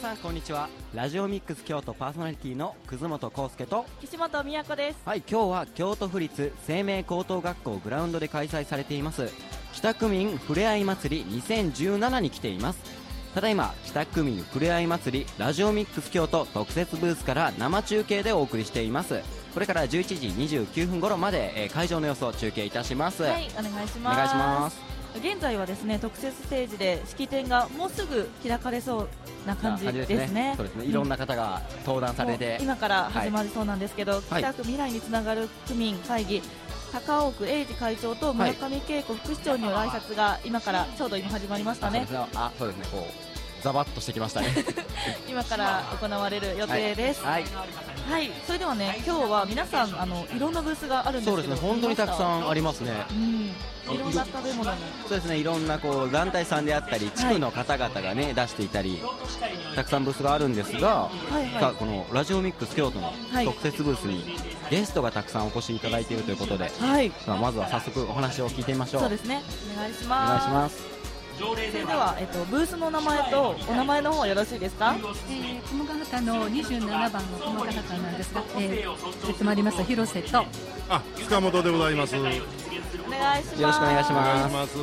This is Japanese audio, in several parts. さんこんにちはラジオミックス京都パーソナリティの葛本浩介と岸本美也子ですはい今日は京都府立生命高等学校グラウンドで開催されています北区民ふれあい祭り2017に来ていますただいま北区民ふれあい祭りラジオミックス京都特設ブースから生中継でお送りしていますこれから11時29分頃まで、えー会場の様子を中継いたします、はいお願いしおます願いします現在はですね特設ステージで式典がもうすぐ開かれそうな感じですねそうですね。いろんな方が登壇されて、今から始まりそうなんですけど、い北区未来につながる区民会議高尾区英二会長と村上恵子副市長による挨拶が今からちょうど今始まりましたねあそうですねあそうですねこうざばっとしてきま したね今から行われる予定ですはい、はいそれではね今日は皆さんあのいろんなブースがあるんですけそどうですね本当にたくさんんありますねうんいろんな食べ物もそうですねいろんなこう団体さんであったり地区の方々がね出していたりたくさんブースがあるんですが、はいさあはこのラジオミックス京都のはい特設ブースにゲストがたくさんお越しいただいているということで、いはいさあまずは早速お話を聞いてみましょうそうですねお願いしお願まいすしますそれでは、えっと、ブースのお名前とお名前の方よろしいですかえー、雲ヶ畑の27番の雲ヶ畑なんですが、えー、やってまいりました広瀬とあ、塚本でございます。お願いしお願いしますよろしくお願いしますます。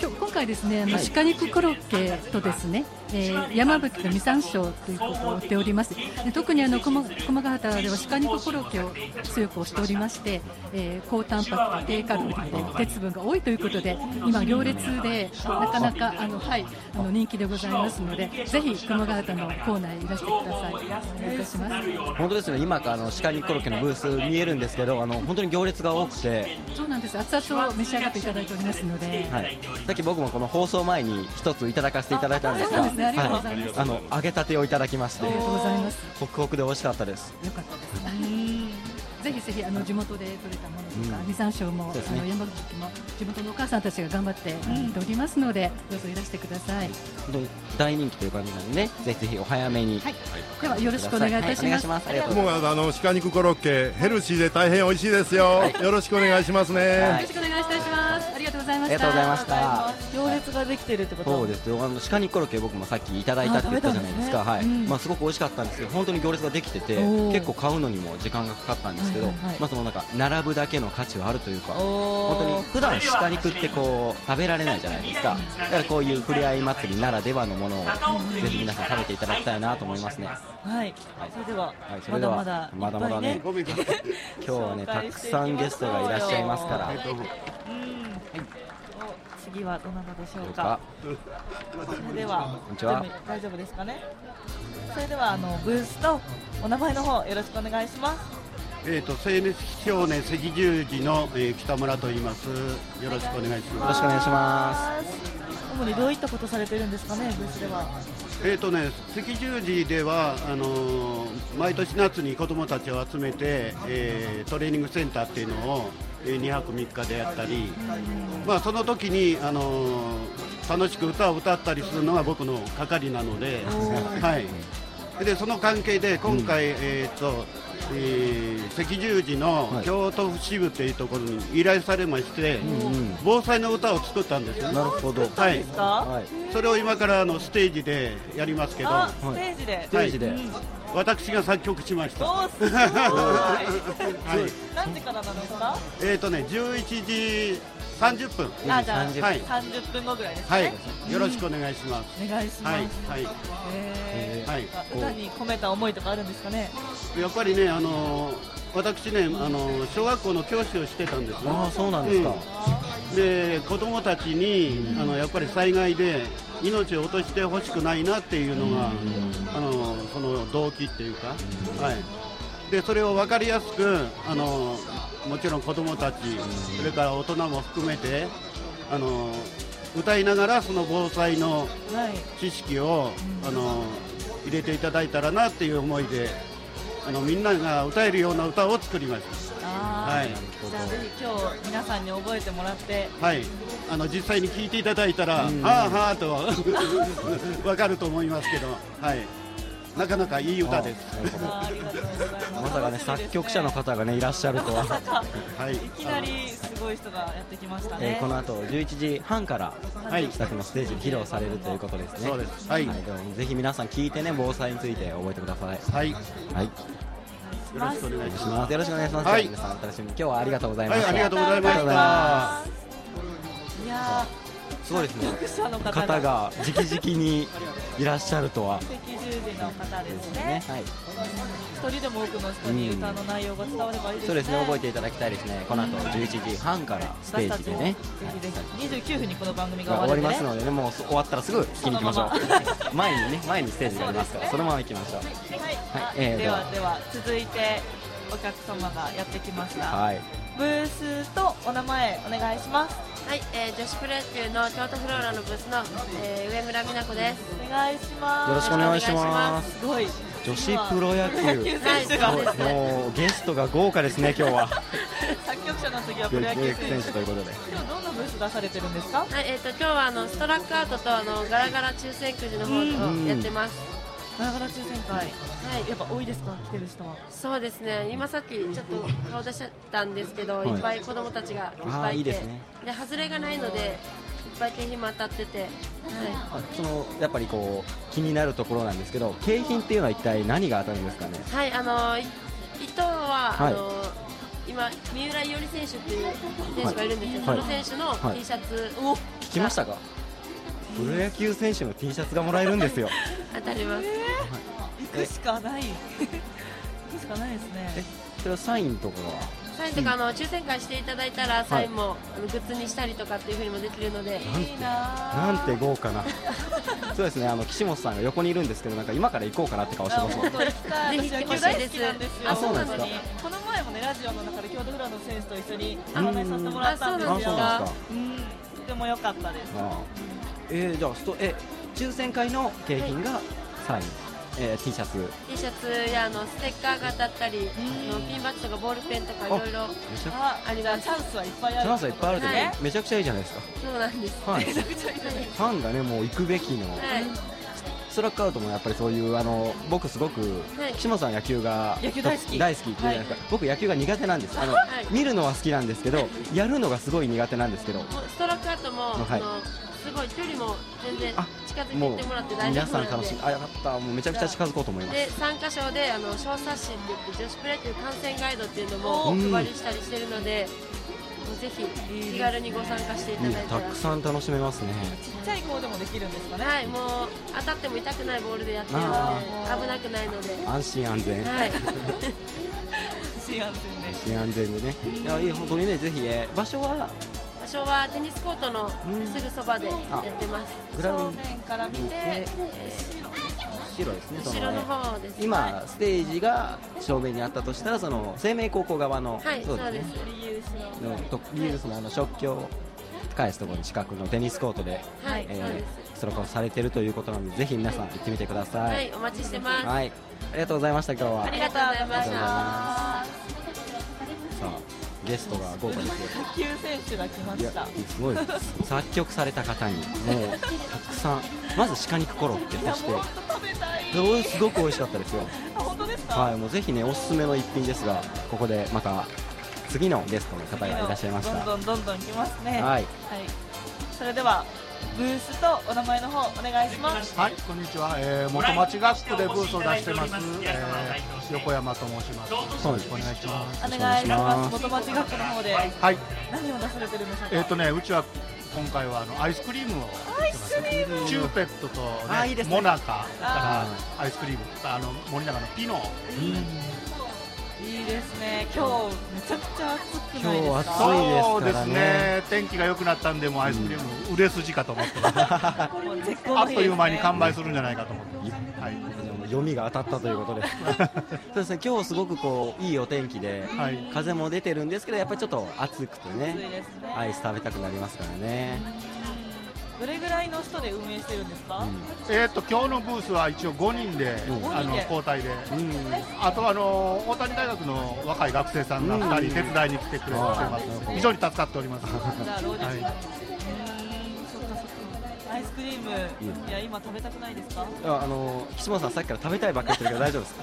今日今回ですねあの、はい鹿肉コロッケとですね、えー、山吹の実山椒ということを売っておりますで特にあの雲雲ヶ畑では鹿肉コロッケを強く推しておりまして、えー、高タンパクと低カロリーで鉄分が多いということで今行列でなかなかあのはいあの人気でございますのでぜひ雲ヶ畑のコーナーにいらしてくださいお願いいたします本当ですね今あの鹿肉コロッケのブース見えるんですけどあの本当に行列が多くてそうなんです熱々を召し上がっていただいておりますので、はい、さっき僕もこの放送前に一ついただかせていただいたんですが、あそうなんですねありがとうございますはいあの揚げたてをいただきましてあり、がとうございます。ホクホクで美味しかったです。よかったです。ぜひぜひあの地元で取れたものとか、うん実山椒も、そうですあねの山口も地元のお母さんたちが頑張ってやっておりますので、どうぞいらしてください。本当に大人気という感じなのでね、ぜひぜひお早めに。はい。ではよろしくお願いいたしはお願います。します。ありがとうござもいまうあの鹿肉コロッケヘルシーで大変美味しいですよ。よろしくお願いしますはよねい。ろしくお願いいたします。ありがとうございまあしりた。がとうございましあた。行列ができてるってことそうですよ。あの鹿肉コロッケ僕もさっきいただいたって言ったじゃないですか。あはい。食べたんですねうんまあすごく美味しかったんですけど、本当に行列ができてて、おー結構買うのにも時間がかかったんですけど、はいはいはいまあそのなんか並ぶだけの価値はあるというか、お本当に普段鹿肉ってこう食べられないじゃないですかだからこういうふれあい祭りならではのものをぜひ皆さん食べていただきたいなと思いますね、は当にはいいそれでは,、はい、そまれでだはまだまだまだいっねぱい 今日はねたくさんゲストがいらっしゃいますからはいどうんお次はどなたでしょううかかそれではこんにちは準備大丈夫ですかねそれではあのブースとお名前の方よろしくお願いしますえー、と青年少年赤十字の、えー北村と言います。よろしくお願いしよろましす。くお願いします主にどういったことされてるんですかねブースではえー、とね赤十字ではあのー毎年夏に子どもたちを集めて、えートレーニングセンターっていうのを、え2泊3日でやったり、まあその時にあのー楽しく歌を歌ったりするのが僕の係なので、 はい。でその関係で今回、えー、と。えー赤十字のはい京都府支部というところに依頼されまして、んうん防災の歌を作ったんですよねなるほどはでいす、か、はいそれを今からあのステージでやりますけど、あどステージで、ステージで、私が作曲しました。おはー すごいい、何時からなんですかえっ、ー、とね、11時30分。あじゃあ30はい30分後ぐらいですね、はい、よろしくお願いします。お願いします、はい、はい、えーはい。歌に込めた思いとかあるんですかねやっぱりね、あのー私ね、あのー小学校の教師をしてたんですよ。ああそうなんですか、うんで子供たちにあのやっぱり災害で命を落としてほしくないなっていうのが、あのその動機っていうか、はい、でそれを分かりやすくあのもちろん子供たちそれから大人も含めてあの歌いながらその防災のはい知識をあの入れていただいたらなっていう思いであのみんなが歌えるような歌を作りましあた。ーはいじゃあぜひ今日皆さんに覚えてもらってはい、あの実際に聞いてい ただいたら、はあはあとはわかると思いますけど、はい、なかなかいい歌です。ありがとうございます。まさかね作曲者の楽し方がねいらっしゃるとみですね。まはさ、かはいい。きなりすごい人がやってきましたえねー。この後11時半からはい北区のステージで披露されるということですねそうですはいでもぜひ皆さん聞いてね防災について覚えてくださいはい。よはいろしくお願いししまますよろしくお願いします、はい皆さんお楽しみに今日はありがとうございす。まはしい、た、ありがとうございましありがとうございた。いやすごいですー、ね作曲者の方方がが直々にいらっしゃるとは赤十字の方ですねね。はい一人でも多くの人に歌の内容が伝わればいいですね。そうですね覚えていただきたいですねこの後11時半からステ私ーたジちでもねぜひぜひ29分にこの番組がが終わ終わりるんまですね。のでねもう終わったらすぐ聞きに行きましょう前にね前にステージがありますからそのまま行きましょうはい、あえーではでは続いてお客様がやってきました、はいブースとお名前お願いしますはい、えー女子プロ野球の京都フローラのブースの、えー上村美奈子です。お願いしますよろしくお願いしますすごい女子プロ野球今プロ野球選手が、はいもうもうゲストが豪華ですね今日は作曲者の次はプ現ロ野球役選選手手ということで今日どんなブース出されてるんですかはい、えっ、と今日はあのストラックアウトとあのガラガラ抽選くじの方をやってます。ガラガラ抽選会はいやっぱ多いですか来てる人はそうですね。今さっきちょっと顔出しちゃったんですけど、はいい、っぱい子供たちがいっあぱーいいいいて、ですねで外れがないのでいっぱい景品も当たってて、はい、あそのやっぱりこう気になるところなんですけど景品っていうのは一体何が当たるんですかねはい、あのい一等は、はいあの今三浦伊織選手っていう選手がいるんですけど、はいその選手のはい T シャツ、聞きましたかプロ野球選手の T シャツがもらえるんです よ当たります。行くしか ない行くしかないですねえそれはサインとかはサインとかあの抽選会していただいたらサインも、あのグッズにしたりとかっていうふうにもできるのでいいななんてて豪華なそうですねあの岸本さんが横にいるんですけどなんか今から行こうかなって顔してあますもん本当行きたぜい私ひ来てほ野球し大い好ですきなんですよあそうなんですか本当にこの前もねラジオの中で京都フラの選手と一緒にお話しさせてもらったんですよあんそうかなんですかうんとても良かったですああえー、じゃあストえ抽選会の景品がサイン、えー T シャツ T シャツやあのステッカーが当たったりあのピンバッジとかボールペンとかいろいろめちゃくちゃあありじゃあがチとうャンスはいっぱいあるチャンスはいっぱいあるけど、はいめちゃくちゃいいじゃないですそうなんですか、 はい、フめちゃくちゃいいねァンがねもう行くべきの、はいストラックアウトもやっぱりそういうあの僕すごく、はい岸本さん野球が野球大好き大好きって言うじゃないですか、僕野球が苦手なんですあの、い見るのは好きなんですけどやるのがすごい苦手なんですけどもうストロークアウトも、はいあのすごい距離も全然あ近づいていもっうてもらって大丈皆夫なさのんで楽しみあよかったもうめちゃくちゃ近づこうと思いますで3カ所であの小冊子って言って女子プロ野球観戦ガイドっていうのもうんお配りしたりしてるので、もうぜひ気軽にご参加していただういんたたら、くさん楽しめますねちっちゃい子でもできるんですかねはい、もう当たっても痛くないボールでやってるのであ危なくないので、安心安全、はい、 幸せね安心安全でねいやいや本当にねぜひ、えー場所は場所はテニスコートのすぐそばでやってます。グラウ正ンド面から見て白いですねそ後のろねの方です。今ステージが正面にあったとしたらその生命高校側の、はい、そうです。右後ろのとリユースのあの食器を返すところに近くのテニスコートで、はい、えそうです。ー、ストロカをされてるということなのでぜひ皆さん行ってみてくださはいい、お待ちしてます。はいありがとうございました今日はありがとうございましあた。さあゲストが豪華ですよ野球選手が来まいやしたすごいです作曲された方にもうたくさんまず鹿肉コロッケいやそしもう本当食べたいてすごく美味しかったですよあ本当ですかはいもうぜひねおすすめの一品ですがここでまた次のゲストの方がいらっしゃいましたどんどんどんどん来ますね、はいいそれではブースとお名前の方お願いしますはい、こんにちは、えー、元町学区でブースを出してます、えー横山と申します。よろしくお願いします。お願いしまお願いしますす元町学校の方ではい、何を出されてるんでしょうかえっ、とね、うちは今回はあのアイスクリームを出してます。チューペットと、あねいいですねモナカあからアイスクリーム、あの森永のピノ。いいですね今日めちゃくちゃ暑くないですか今日暑いそうでですからすねね、天気が良くなったんで、もうアイスクリーム売れ筋かと思ってます。もう絶好あのっと日ですねいう間に完売するんじゃないかと思ってます。はい。読みが当たったとい うことでそうですね今日すごくこういいお天気ではい風も出てるんですけどやっぱりちょっと暑くて暑いねですねアイス食べたくなりますからね、どれぐらいの人で運営してるんですか、えー、と今日のブースは一応5人で、うんあ五人ので交代で、うんうんあとあの大谷大学の若い学生さんが2人手伝いに来てくれてます、うん非常に助かっております。じゃあローディはいス、うーんそっかそっかアイスクリーム、いや、今食べたくないですか。ああの岸本さんさっきから食べたいばっかり言ってるけど大丈夫です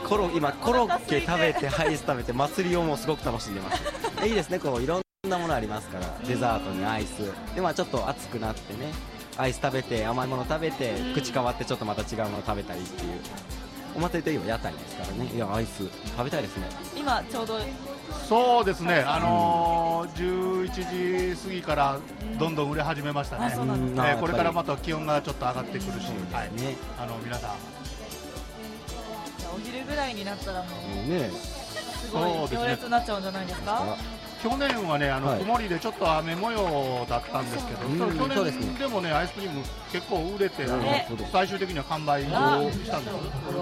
かコロ今コロッケ食べてハイス食べて祭りをもうすごく楽しん でますいいですねこういろんなものありますからデザートにアイスでまあちょっと暑くなってねアイス食べて甘いもの食べて口変わってちょっとまた違うもの食べたりっていうお祭りといえば屋台ですからねいやアイス食べたいですね今ちょうど、そうですね、あのー、11時過ぎからどんどん売れ始めましたあ、ね、そうなんうだ。んえやっぱーりこれからまた気温がちょっと上がってくるし、はいねあの皆さん、じゃあお昼ぐらいになったら、もう、ねすごいそうですね行列になっちゃうんじゃないですか。去年はね、あのはい曇りでちょっと雨模様だったんですけど、うんでもそ去うですね年でもね、アイスクリーム結構売れて、あのね最終的には完売をしたんです、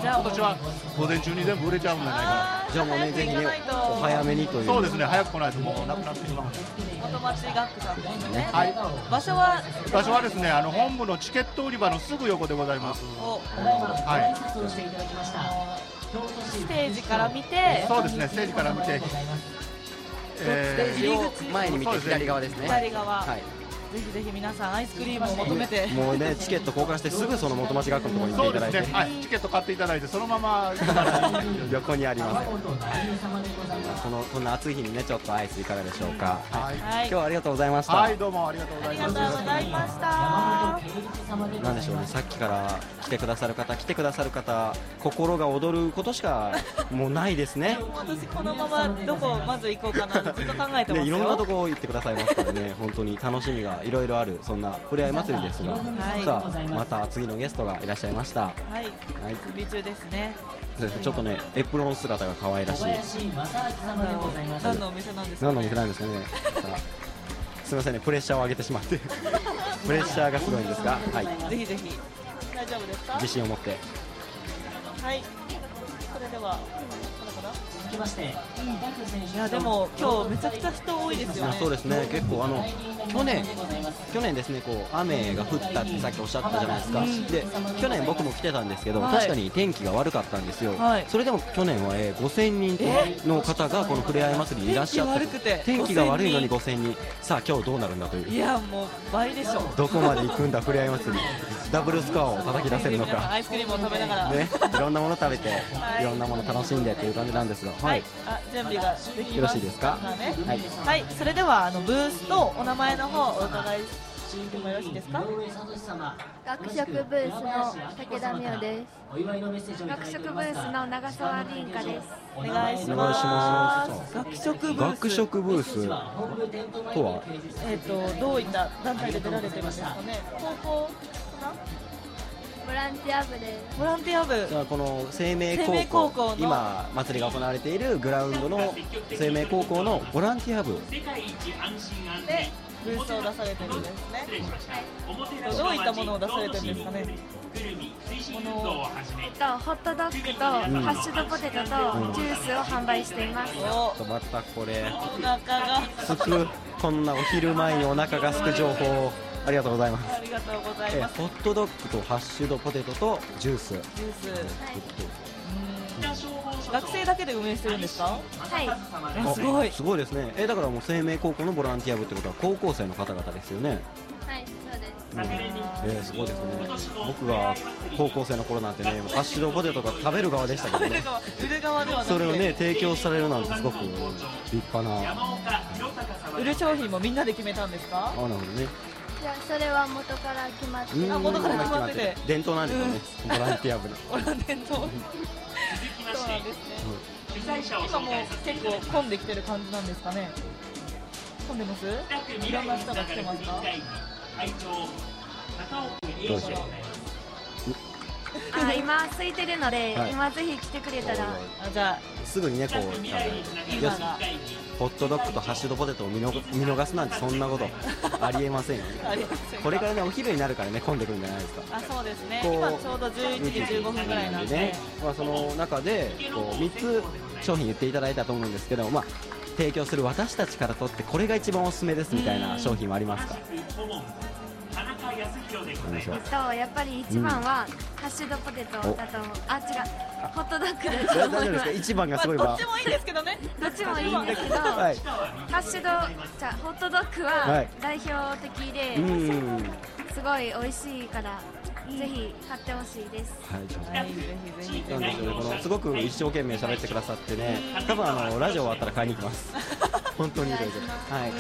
じゃあ今年は午前中に全部売れちゃうんじゃないかあーじゃあもうねぜひね早く行かないとお早めにといな、うそうですね、早く来ないともうなくなってしまうんで元町学さんですね。はい場所は、場所はですね、あの本部のチケット売り場のすぐ横でございます。おはいステージから見て、そうですね、ステージから見て、え入り口前に見て左側ですね左側、はいぜひぜひ皆さんアイスクリームを求めて、もうねチケット交換してすぐその元町学校のところーに行そっうていでただいすてね、はい、チケット買っていただいて、そのまま行かない 横にありますこのこんな暑い日にねちょっとアイスいかがでしょうか、はいは今い日、はありがとうございました、はい、どうもありがとうござあいりがまとうす。ございました。なんでしょうねさっきから来てくださる方来てくださる方心が躍ることしかもうないです ね私このままどこまず行こうかなずっと考えてますよ。ねいろんなとこ行ってくださいますからね本当に楽しみがいろいろあるそんなふれあい祭りですが、いさあまた次のゲストがいらっしゃいましたはい、はい準備中ですね。そうですねちょっとねエプロン姿が可愛らしい何のお店なんですか何のお店なんですかねさあすみませんねプレッシャーを上げてしまってプレッシャーがすごいんですが、はい、ぜひぜひ。大丈夫ですか自信を持ってはい。それでは、これかなうんいや、でも今日めちゃくちゃ人多いですよあね。そうですね結構あの去年去年ですねこう雨が降ったってさっきおっしゃったじゃないですか、で去年僕も来てたんですけど、はい確かに天気が悪かったんですよ、はいそれでも去年は、えー5000人の方がこのふれあい祭りにいらっしゃった天気悪くて天気が悪いのに5000 5000人さあ今日どうなるんだといういや、もう倍でしょ。どこまで行くんだふれあい祭りダブルスコアを叩き出せるの皆さんか アイスクリームを食べながら。ね、いろんなもの食べて、はいい、ろんなもの楽しんでっていう感じなんですが、ははいい、、あ準備ができよろましいですか今ねはいはい、それではあのブースとお名前の方お伺いしてもよろしいですか。学食ブースの武田美代です学食ブースの長澤凛香ですお願いしお願いしまます。学食ブース。学食ブースとはえっ、とどういった団体で出られてるんですかね。高校かボランティア部ですなボランティア部。じゃあこの生命高校生命高校の今祭りが行われているグラウンドの生命高校のボランティア部でブースを出されてるんですね。どういったものを出されてるんですかね。このえっとホットドッグとハッシュドポテトとジュースを販売していますおとまたこれお腹がすくこんなお昼前にお腹がすく情報ありがとうございますありがとうございえます。ホットドッグとハッシュドポテトとジュースジュース。学生だけで運営してるんですか。はいあすごいあ。すごいですねえだからもう生命高校のボランティア部ってことは高校生の方々ですよねはいそうですえー、すごいですね僕が高校生の頃なんてねもうハッシュドポテトが食べる側でしたけどね売る側ではなくて。それをね提供されるなんてすごく立派な売る商品もみんなで決めたんですかあなるほどねいやそれは元から決まってうんあ元から決まってて伝統なんですよね、ボランティア部のオランデンとそうなんですね今もう結構混んできてる感じなんですかね混んでますいろんな人が来てますかどうしよあ今空いてるので、はい今ぜひ来てくれたらうあじゃすぐにねこう多分今がホットドッグとハッシュドポテトを見の見逃すなんてそんなことありえませんよああねりませんこれからねお昼になるからね混んでくるんじゃないですかあそうですねこう今ちょうど11時15分ぐらいなんでねまあ、その中でこう3つ商品言っていただいたと思うんですけど、まあ、提供する私たちからとってこれが一番おすすめですみたいな商品はありますか何でしょえうっとやっぱり一番はハッシュドポテトだと、あ違うホットドッグだと大思丈夫いでますすか一番まがあすごいどわっちもいいですけどねどっちもいいんだけど、はいハッシュドじゃあホットドッグははい代表的で、うんすごい美味しいから、ぜひ買ってほしいです。はい、じゃあはい、ぜひぜひ。なんでしょうね、このすごく一生懸命喋ってくださってね、多分あのラジオ終わったら買いに行きます。本当に大丈夫。はい。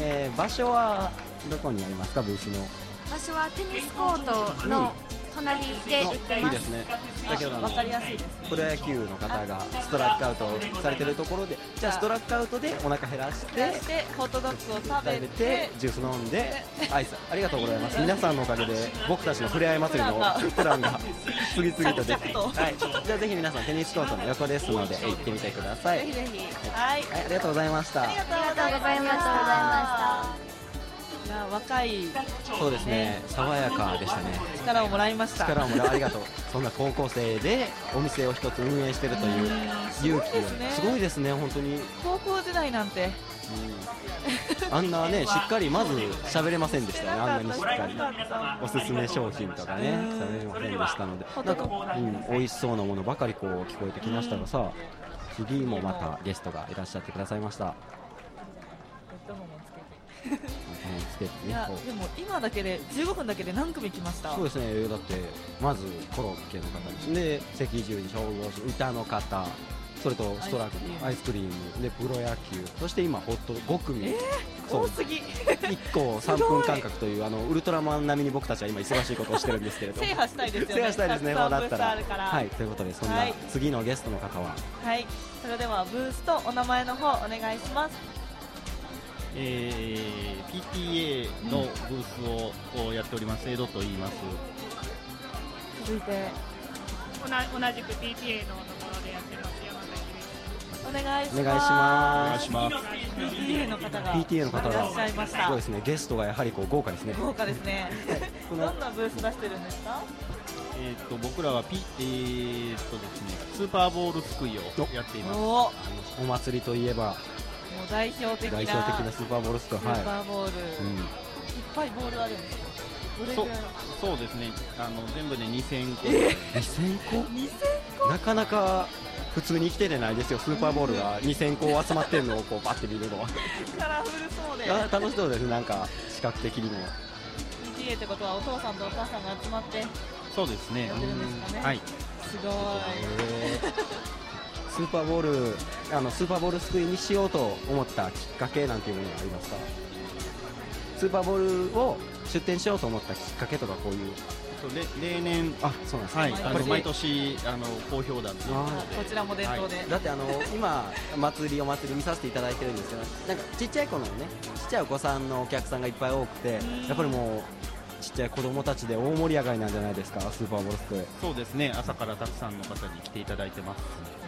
えー場所はどこにありますか、ブースの。場所はテニスコートの隣で売っていいま。ですすね。先ほどあのわかりやすいです。プロ野球の方がストラックアウトされてるところで、じゃあストラックアウトでお腹減らしでて。してホットドッグを食食べべててジュース飲んでアイスありがとうございます皆さんのおかげで僕たちのふれあい祭りのプランが次々と出て、着々とはい、じゃあぜひ皆さんテニスコートの横ですので行ってみてください、ぜひぜひはいはい、ありがとうございましたありがとうごありがとうございました。いや若いそうですね爽やかでしたね力をもらいました力をもらうありがとうそんな高校生でお店を一つ運営してるという勇気をすすごごいですね本当に、うん高校時代なん てあん なねしっかりまず喋れませんでしたよねあんなにしっかりなかおすすめ商品とかねうんされませんでしたのでなんか、うん、美味しそうなものばかりこう聞こえてきましたがさ次もまたゲストがいらっしゃってくださいましたったももつけてうんつけていねやこうでも今だけで15分だけで何組来ましたそうですねだってまずコロッケの方ですね赤十字消防士歌の方それとストラックアアイスクリームでプロ野球そして今ホット5組、そう多すぎ1個3分間隔というあのウルトラマン並みに僕たちは今忙しいことをしてるんですけれど も制覇したいですよね制覇したいですねもうだたくったさんらブースあるからはいということでそんなはい次のゲストの方ははい、それではブースとお名前の方お願いしますえー PTA のブースをやっております、江戸と言います。続いて同じく PTA のところでやってます山崎ですお願いしますお願いしますします。 PTA の方が PTA の方いらっしゃがいましすたごいですねゲストがやはりこう豪華ですね豪華ですねこどのんなブース出してるんですかえっ、と僕らはピ、えー、とですね、スーパーボールすくいをやっていおます。もお祭りといえばう代表的な代表的なスーパーボールスコスはーパーボール、い、いっうんぱいボールあるんですよどれくらいそうですね、あの全部で2000個、 2000 2000個なかなか普通に生きてれないですよスーパーボールが2000個集まってるのをこうバッて見るのはカラフルそうであ楽しそうですなんか視覚的にも PTA ってことはお父さんとお母さんが集まってやそうですねっ。てるんですかねはい、すごスーパーボールあのスーパーボールすくいにしようと思ったきっかけなんていうものがありますかスーパーボールを出店しようと思ったきっかけとかこういうとれ例年、あそうなんですか、はい、毎あ年の毎年あの好評だっていうあこーいこちらも伝統で、だってあの今祭りお祭り見させていただいてるんですけどなんかちっちゃい子のねちっちゃいお子さんのお客さんがいっぱい多くてやっぱりもうちっちゃい子供たちで大盛り上がりなんじゃないですかスーパーボールスクとでそうですね、朝からたくさんの方に来ていただいてます。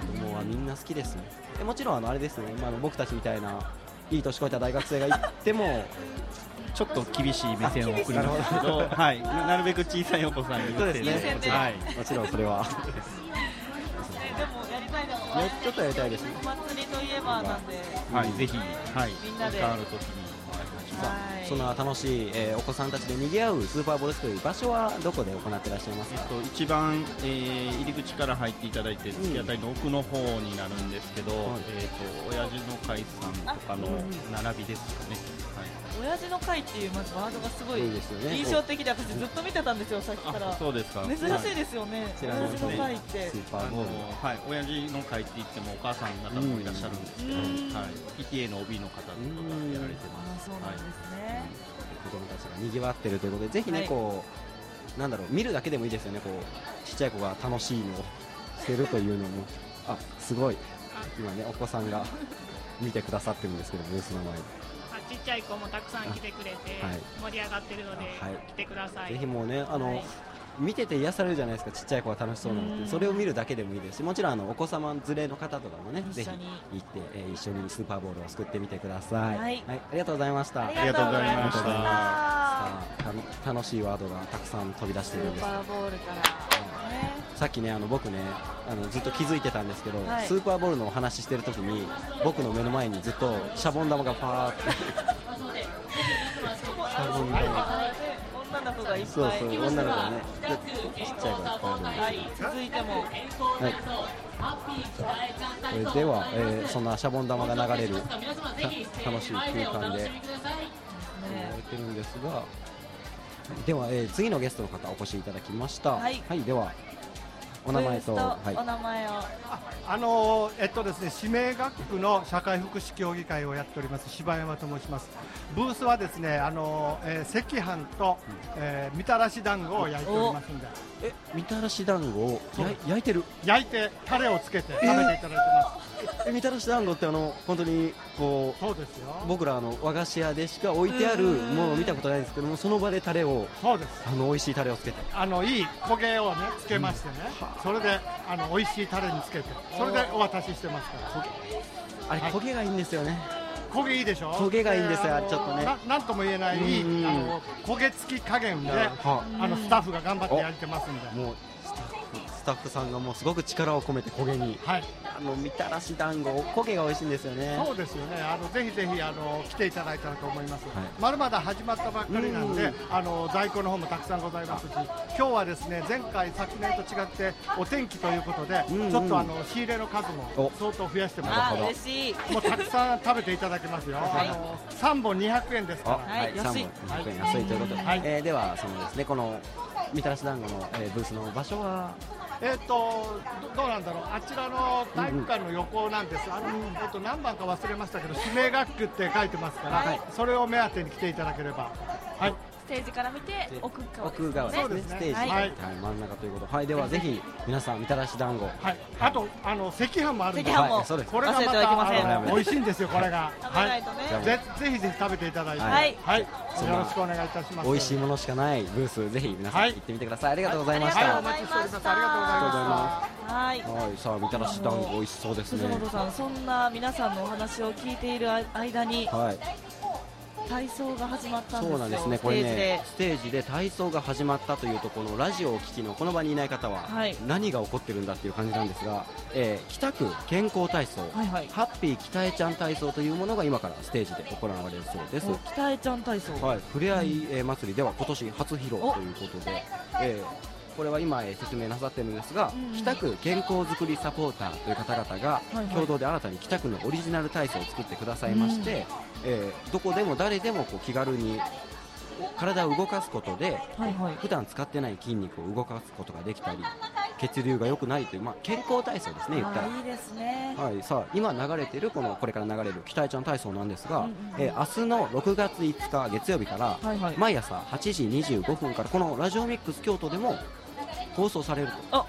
子供はみんな好きですねえもちろんあのあれですね、まあ、あの僕たちみたいないい年越えた大学生が行っ てもちょっと厳しい目線を送りますけど、はい、なるべく小さいお子さんにそう言って、ですね優先ではい、もちろんそれはねでもやりたいですねちょっとやりたいですねお祭りといえばなんではい、ぜひ、はい、みんなで時間ある時にお会いしましょうはいそんな楽しい、えーお子さんたちで賑わうスーパーボールスクール場所はどこで行ってらっしゃいますえかっと、一番、えー入り口から入っていただいて突き当たりの奥の方になるんですけど、はいえっと親父の会さんとかの並びですかね、親父の会っていうまずワードがすごいいいですよね印象的で私ずっと見てたんですよさっきかはい、あらそうですか珍しいはいですよねこちらの親ね父の会ってスーあパーボのールはい、親父の会って言ってもお母さん方もいらっしゃるんですけど、うんはい、PTA の OB の方とかがやられてあます、そうなんですね子供たちがにぎわってるということでぜひね、はいこうなんだろう見るだけでもいいですよねこうちっちゃい子が楽しいのをしてるというのもあすごい今ねお子さんが見てくださってるんですけどブースの前で、あちっちゃい子もたくさん来てくれてはい盛り上がってるのではい来てください、ぜひもうねあの、はい見てて癒されるじゃないですかちっちゃい子が楽しそうなのっうんてそれを見るだけでもいいですしもちろんあのお子様連れの方とかもね一ぜひ緒行っにて、えー一緒にスーパーボールをすくってみてください、はいありがとうございましたありがとうございましたさあたの楽しいワードがたくさん飛び出しスているんーですパけどーボールからねさっきねあの僕ねあのずっと気づいてたんですけど、はいスーパーボールのお話ししてる時に僕の目の前にずっとシャボン玉がパーってそこあの女の子がいっぱいそうそうい女まのす子ががねでちっちゃい子がいっぱいいるんですはい続いてもけど、はいえーでは、えーそんなシャボン玉が流れるた楽しい空間でね置いてるんですがでは、えー次のゲストの方お越しいただきました。はいではお名前とブースはいお名前を。あのえっとですね、指名学区の社会福祉協議会をやっております柴山と申します。ブースはですね、あの、えー赤飯と、えーみたらし団子を焼いておりますんで、えみたらし団子をそうや焼いてる。焼いてタレをつけて食べていただいてます。えみたらし団子ってあの本当にこう僕らあの和菓子屋でしか置いてあるものを見たことないんですけどもその場でタレをそうですあの美味しいタレをつけてあのいい焦げをねつけましてね、それであの美味しいタレにつけて、それでお渡ししてますから。あれ焦げがいいんですよね。焦げいいでしょ焦げがいいんですよああのれちょっとねななんとも言えないいいあうんの焦げ付き加減で、はあのスタッフが頑張ってやってますんでもうスタッフスタッフさんがもうすごく力を込めて焦げに、はい、あのみたらし団子焦げが美味しいんですよねそうですよね。あのぜひぜひあの来ていただいたらと思います。はいまだまだ始まったばっかりなんで、うんあの在庫の方もたくさんございますし、今日はですね前回昨年と違ってお天気ということで、うんちょっとあの仕入れの数も相当増やしてます。おあ嬉しい。もうたくさん食べていただけますよ。はいあの三本200円ですあから。はい、3本200円安いということで、えーではそのですねこのみたらし団子の、えーブースの場所はえっ、とどどうなんだろうあちらの体育館の横なんです、あのえっと何番か忘れましたけど指名学区って書いてますから、はいそれを目当てに来ていただければはいステージから見て奥側ですね。奥側ですねステージ、ははいい。真ん中ということはいではぜひ皆さんみたらし団子はいあとあの赤飯もあるんで赤飯もはいそうですこれがま忘れてはいけませんたあの美味しいんですよこれが食べないとねはい、ぜぜひぜひ食べていただいてはいはい、そんなよろしくお願いいたします美味しいものしかないブースぜひ皆さん行ってみてください、ありがとうございました、はいあありりががとうとうごござざいいままし。しはい。たたありがとうございとうございますはいさあみたらし団子美味しそうですね藤本さん、そんな皆さんのお話を聞いている間に、はい体操が始まったんですよ。そうなんですね、これね、ステージで体操が始まったというと、このラジオを聞きのこの場にいない方は、はい何が起こってるんだっていう感じなんですが、えー北区健康体操、はいはいハッピー北江ちゃん体操というものが今からステージで行われるそうです。お北江ちゃん体操。はい、ふれあいえー祭りでは今年初披露ということで、えーこれは今えー説明なさってるんですが、うん北区健康づくりサポーターという方々がはいはい共同で新たに北区のオリジナル体操を作ってくださいまして、えーどこでも誰でもこう気軽に体を動かすことで、はいはい普段使ってない筋肉を動かすことができたり血流が良くなりという、まあ、健康体操ですね言ったらあ。いいですね。はい、さあ今流れてるこのこれから流れる北井ちゃん体操なんですが、うんうんえー明日の6月5日月曜日から、はいはい毎朝8時25分からこのラジオミックス京都でも放送されると。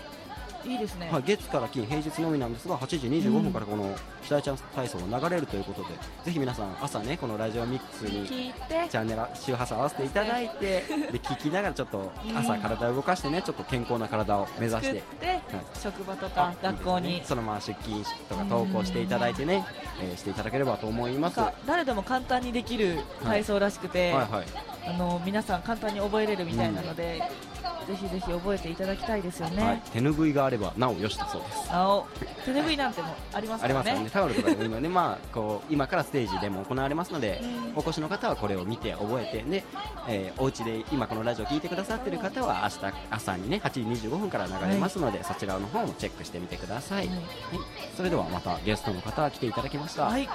いいですね。はい、月から金平日のみなんですが8時25分からこの北井ちゃん体操が流れるということで、ぜひ皆さん朝ねこのラジオミックスに聞いてチャンネル周波数合わせていただいてで聞きながらちょっと朝体を動かしてねちょっと健康な体を目指し作ってて、職場とか学校に。そのまま出勤とか投稿していただいてね、えーしていただければと思いますなんか誰でも簡単にできる体操らしくて、はいはいあの皆さん簡単に覚えれるみたいなので、ぜひぜひ覚えていただきたいですよね。はい、手ぬぐいがあればなおよしだそうです青手拭いなんてもありますあかりらまね。すよねタオルとかでも今ねまあこう今からステージでも行われますのでお越しの方はこれを見て覚えてで、えーお家で今このラジオ聞いてくださってる方は明日朝にね8時25分から流れますので、そちらの方もチェックしてみてください、はいそれではまたゲストの方来ていただきました、はい。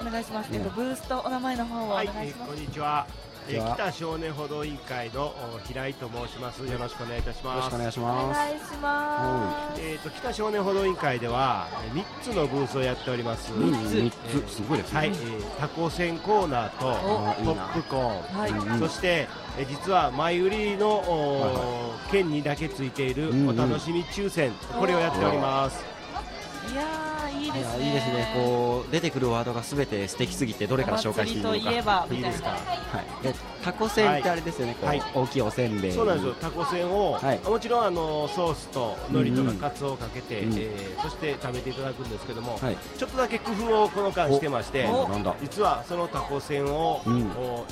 お願いします。えっとねブースとお名前の方をお願はいいし、えーます。こんにちは。えこんにちーは北少年歩道委員会のお平井と申します。よろしくお願いいたします。よろしくお願いしますお願いしまえっ、と北少年歩道委員会ではえー三つのブースをやっております。うん三つえーすごいですねはい、えータコせんコーナーとあいいポなップコはいーン、うんそして、えー実は前売りのおー、券にだけついているお楽しみ抽選、これをやっております。いやーいいいでやすいいね。ですね、こう出てくるワードがすべて素敵すぎて、どれから紹介していいのか、お祭りといえばみたいなはい、でタコせんってあれですよね、こうはい大きいおせんべいに、そうなんですよ、タコせんを、はいもちろんあのソースと海苔とかカツオをかけて、うんうんえーそして食べていただくんですけども、はいちょっとだけ工夫をこの間してましておなんだ実はそのタコせんを、うんお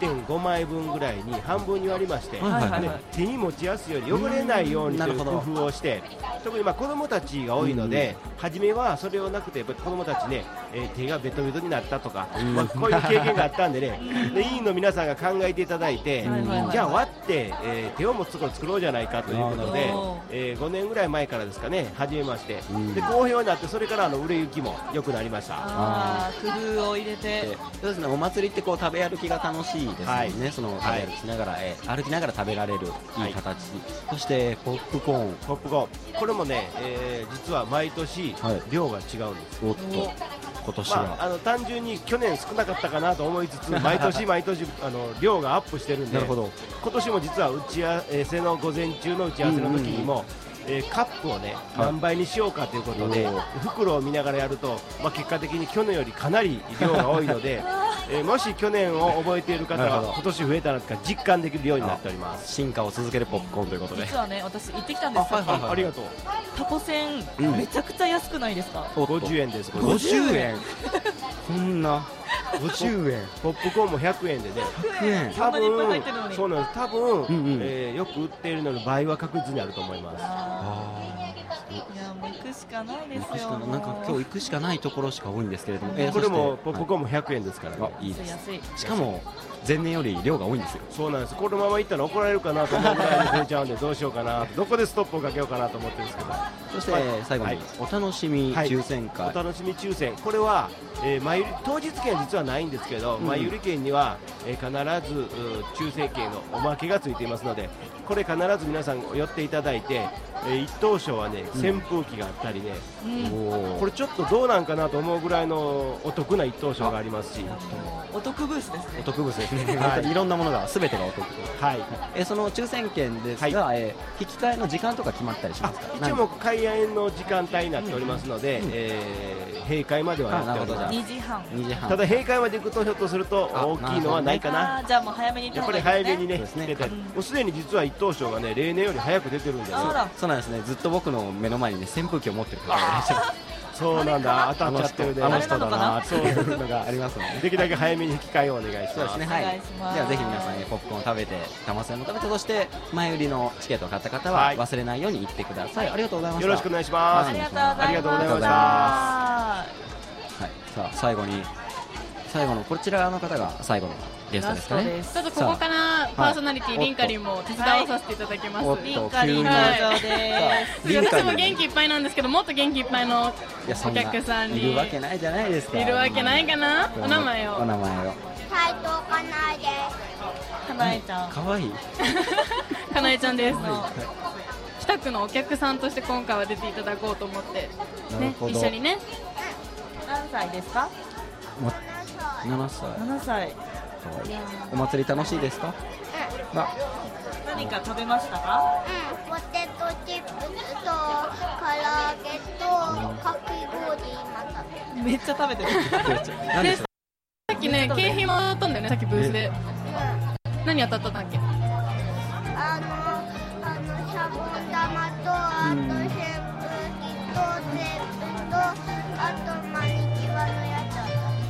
1.5枚分ぐらいに半分に割りまして、はいはいはいね手に持ちやすいように汚れないようにといううんなる工ほど夫をして特にまあ子どもたちが多いので、初めはそれをなくてやっぱり子どもたちね、えー手がベトベトになったとか、うんまあこういう経験があったんでねで委員の皆さんが考えていただいて、はいはいはいじゃあ割って、えー手をもつところ作ろうじゃないかということなでるほど、え5年ぐらい前からですかね始めまして、で好評になってそれからあの売れ行きも良くなりました。あー工夫を入れてそうですねお祭りってこう食べ歩きが楽しいですよね、はいその食べ歩きしながら、えー歩きながら食べられるいい形、そしてポップコーンポップコーンこれもね、えー実は毎年はい量が違うんです、おっと今年は、まあ、あの単純に去年少なかったかなと思いつ つ毎年毎年あの量がアップしてるんでなるほど今年も実は打ち合わせの午前中の打ち合わせの時にも、えーカップをね何倍にしようかということで、お袋を見ながらやると、まあ、結果的に去年よりかなり量が多いの で、えーもし去年を覚えている方なるほはど今年増えたなとか実感できるようになっております進化を続けるポップコーンということで実はね私行ってきたんですよ、ありがとうタコせん、うんめちゃくちゃ安くないですか50円です50円こんな50円ポップコーンも100円でね100円多そんなにいっぱ分い入ってるのにそうなんです多分、うんうんえーよく売っているのの倍は確実にあると思いますいやもう行くしかないで行くすしよかないなんか今日行くしかないところしか多いんですけれども、これもポポップコーンも100円ですからねいいです安いしかも前年より量が多いんですよそうなんですこのまま行ったら怒られるかなと思うぐらいに 増えちゃうんでどうしようかなどこでストップをかけようかなと思ってるんですけどそしてはい最後はにいお楽しみ抽選会、お楽しみ抽選、これは、えー、前売り当日券実はないんですけど、うん前売り券には、えー必ずうー抽選券のおまけがついていますので、これ必ず皆さん寄っていただいて、えー一等賞はねうん扇風機があったりね、おこれちょっとどうなんかなと思うぐらいのお得な一等賞がありますし、お得ブースですねお得物ですね、はい本当にいろんなものが全てがお得、はいえーその抽選券ですが、えー引き換えの時間とか決まったりしますか一応もう開演の時間帯になっておりますので、えー閉会まではなっております2。時半2時半ただ閉会まで行くとひょっとするとあ大きいのはないかなあーじゃあもう早めに行っやたっ方ぱがいりいです早めねにね、来てたり、もうすでに実は一等賞がね、例年より早く出てるんだあよ。らそうなんですねずっと僕の目の前にね扇風機を持ってる方がいらっしゃるそうなんだ、当たっちゃってるね。あの人あの人だなそういうのがありますの でできるだけ早めに引き換えをお願いします。そうですね、はい。お願いしますではぜひ皆さんにポップコーンを食べて、玉せんも食べて、そして前売りのチケットを買った方ははい忘れないように行ってください。ありがとうございました。よろしくお願いしますはありがとうございますありがとうございましたはい。さあ最後に最後のこちらの方が最後のゲストですかね。ちょっとここかさらいパーソナリティ、リンカリンも手伝わさせていただきます、おっとリン急にはいすリンカリ私ンも元気いっぱいなんですけどもっと元気いっぱいのあいやそんおな客さんにいるわけないじゃないですか。いるわけないかなお名前をお名前を。斉藤かなえです。かなえちゃん可愛いい。かなえちゃんですはい北区のお客さんとして今回は出ていただこうと思ってなるねほど一緒にね何歳ですか7歳。 7歳可愛いお祭り楽しいですか？あ何か食べましたかうん、ポテトチップスと唐揚げとかき氷今食べる。めっちゃ食べてる何でしょさうっきね景品もらったんだよねさっきブースで何当たったんだっけあの、あの、シャボン玉と、あと扇風機と、テープと、あとマニキュアのやつ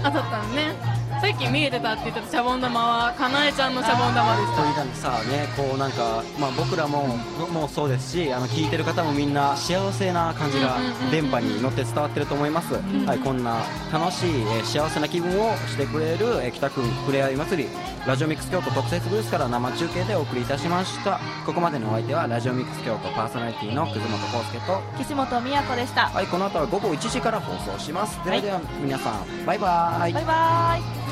当たったのねさっき見えてたって言ってたシャボン玉はかなえちゃんのシャボン玉でとにかくさあねこうなんか、まあ、僕らももうそうですしあの聞いてる方もみんな幸せな感じがうんうんうんうん電波に乗って伝わってると思います、んはい、こんな楽しい、えー幸せな気分をしてくれる、えー北区ふれあい祭りラジオミックス京都特設ブースから生中継でお送りいたしましたここまでのお相手はラジオミックス京都パーソナリティの葛本康介と、岸本美也子でしたはい、この後は午後1時から放送しますではでは皆さんバイバーイバイバーイ